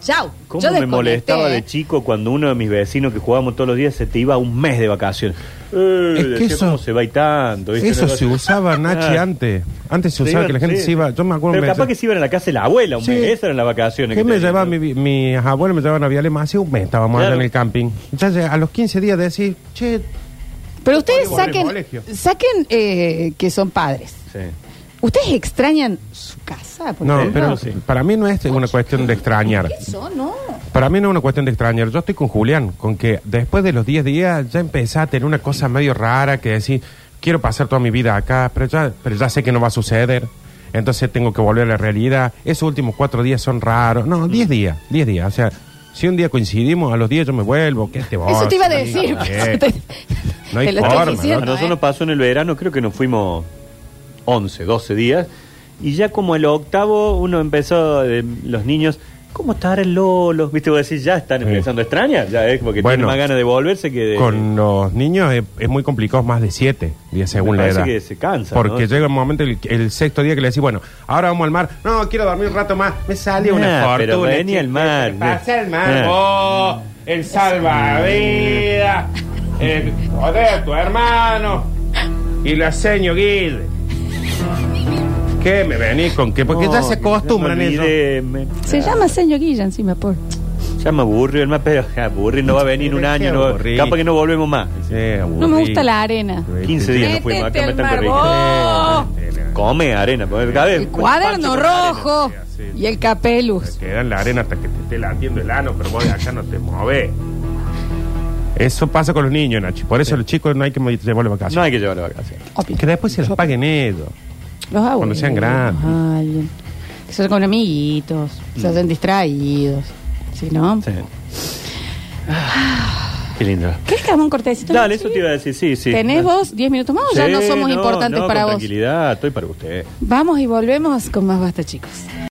[SPEAKER 2] Chau.
[SPEAKER 3] ¿Cómo
[SPEAKER 2] yo
[SPEAKER 3] me
[SPEAKER 2] desconecté,
[SPEAKER 3] molestaba
[SPEAKER 2] eh.
[SPEAKER 3] de chico cuando uno de mis vecinos que jugábamos todos los días se te iba un mes de vacaciones? Eh,
[SPEAKER 4] Es que
[SPEAKER 3] decía,
[SPEAKER 4] eso-
[SPEAKER 3] ¿Cómo se va y tanto? ¿viste?
[SPEAKER 4] Eso
[SPEAKER 3] Una cosa-
[SPEAKER 4] se usaba, Nachi,
[SPEAKER 3] Ah.
[SPEAKER 4] antes. Antes se
[SPEAKER 3] Se
[SPEAKER 4] usaba
[SPEAKER 3] iban,
[SPEAKER 4] que la gente
[SPEAKER 3] sí.
[SPEAKER 4] se iba. Yo me acuerdo
[SPEAKER 3] Pero
[SPEAKER 4] un
[SPEAKER 3] capaz que
[SPEAKER 4] mes-
[SPEAKER 3] se iban a la casa de la abuela un
[SPEAKER 4] Sí.
[SPEAKER 3] mes. Esas eran las vacaciones.
[SPEAKER 4] ¿Qué
[SPEAKER 3] que
[SPEAKER 4] me
[SPEAKER 3] tenían.
[SPEAKER 4] llevaba mi, mis abuelos? Me llevaban a Viale más hace un mes, estábamos
[SPEAKER 3] Claro.
[SPEAKER 4] allá en el camping. Entonces, a los 15 días decís, che,
[SPEAKER 2] Pero ustedes
[SPEAKER 4] Volvemos al
[SPEAKER 2] saquen,
[SPEAKER 4] colegio.
[SPEAKER 2] saquen eh, que son padres.
[SPEAKER 3] Sí.
[SPEAKER 2] ¿Ustedes extrañan su casa? por
[SPEAKER 4] no,
[SPEAKER 2] ejemplo?
[SPEAKER 4] pero
[SPEAKER 3] sí.
[SPEAKER 4] para mí no es una cuestión de extrañar.
[SPEAKER 2] Eso no.
[SPEAKER 4] Para mí no es una cuestión de extrañar. Yo estoy con Julián, con que después de los 10 días ya empezás a tener una cosa medio rara que decís, quiero pasar toda mi vida acá, pero ya, pero ya sé que no va a suceder. Entonces tengo que volver a la realidad. Esos últimos cuatro días son raros. No, 10 días, 10 días. O sea, si un día coincidimos, a los 10 yo me vuelvo. ¿Qué te
[SPEAKER 2] Eso
[SPEAKER 4] vas?
[SPEAKER 2] te iba a
[SPEAKER 4] No,
[SPEAKER 2] decir.
[SPEAKER 4] no,
[SPEAKER 2] Te-
[SPEAKER 4] eh. No
[SPEAKER 2] te
[SPEAKER 4] hay
[SPEAKER 2] lo
[SPEAKER 4] forma,
[SPEAKER 2] estoy
[SPEAKER 4] ¿no?
[SPEAKER 3] A
[SPEAKER 2] diciendo.
[SPEAKER 3] nosotros nos
[SPEAKER 2] eh.
[SPEAKER 3] pasó en el verano, creo que nos fuimos 11, 12 días. Y ya como el octavo, uno empezó, eh, los niños, ¿cómo estará el Lolo? Viste, vos decís, ya están
[SPEAKER 4] Sí.
[SPEAKER 3] empezando a extrañar, ya es porque tienen
[SPEAKER 4] Bueno,
[SPEAKER 3] más ganas de volverse que de.
[SPEAKER 4] Con los niños es, es muy complicado más de siete días según
[SPEAKER 3] Me
[SPEAKER 4] la
[SPEAKER 3] parece
[SPEAKER 4] edad.
[SPEAKER 3] que se cansa,
[SPEAKER 4] Porque
[SPEAKER 3] ¿no?
[SPEAKER 4] llega un momento, el, el sexto día, que le decís, bueno, ahora vamos al mar. No, quiero dormir un rato más. Me sale una
[SPEAKER 3] Ah,
[SPEAKER 4] fortuna.
[SPEAKER 3] pero venía el mar.
[SPEAKER 4] Pasa el mar.
[SPEAKER 3] Ah.
[SPEAKER 4] vos, el salvavidas. El joder, tu hermano. Y la señor Guille. ¿Qué me venís con qué? Porque ya se acostumbran
[SPEAKER 3] ya me
[SPEAKER 4] eso.
[SPEAKER 3] olvidé, me-
[SPEAKER 2] Se llama señor Guilla encima, por.
[SPEAKER 3] Ya me aburrió el más, pero ja, aburrido, no va a venir un
[SPEAKER 4] Qué
[SPEAKER 3] año, no va-
[SPEAKER 4] aburrido.
[SPEAKER 3] capaz que no volvemos más.
[SPEAKER 4] Sí,
[SPEAKER 2] No me
[SPEAKER 4] aburrido.
[SPEAKER 2] gusta la arena.
[SPEAKER 3] 15 días nos fuimos, acá me
[SPEAKER 2] Métete
[SPEAKER 3] están
[SPEAKER 2] al mar,
[SPEAKER 3] corrigiendo.
[SPEAKER 2] vos.
[SPEAKER 4] Eh,
[SPEAKER 3] Come arena, porque cada vez-
[SPEAKER 2] El cuaderno
[SPEAKER 3] Pancho con arena.
[SPEAKER 2] rojo
[SPEAKER 4] sí, sí.
[SPEAKER 2] y el capelus.
[SPEAKER 4] Te dan la arena hasta que te esté latiendo el ano, pero vos de acá no te mueves. Eso pasa con los niños, Nachi. Por eso los chicos no hay que mo- llevarlos a vacaciones.
[SPEAKER 3] No hay que llevarlo a vacaciones.
[SPEAKER 4] Que después se los paguen ellos.
[SPEAKER 2] Oh, Los abuelos.
[SPEAKER 4] Cuando sean grandes.
[SPEAKER 2] Alguien. Que se hacen con amiguitos. Se hacen distraídos. ¿Sí, no?
[SPEAKER 3] Mm. Sí.
[SPEAKER 2] Ah.
[SPEAKER 3] Qué lindo.
[SPEAKER 2] ¿Querés que hagamos un cortecito?
[SPEAKER 3] Dale,
[SPEAKER 2] Nachi?
[SPEAKER 3] eso te iba a decir, sí, sí.
[SPEAKER 2] ¿Tenés vos 10 minutos más o ya
[SPEAKER 3] Sí,
[SPEAKER 2] no somos importantes
[SPEAKER 3] no,
[SPEAKER 2] para
[SPEAKER 3] con
[SPEAKER 2] vos?
[SPEAKER 3] Tranquilidad, estoy para usted.
[SPEAKER 2] Vamos y volvemos con más basta, chicos.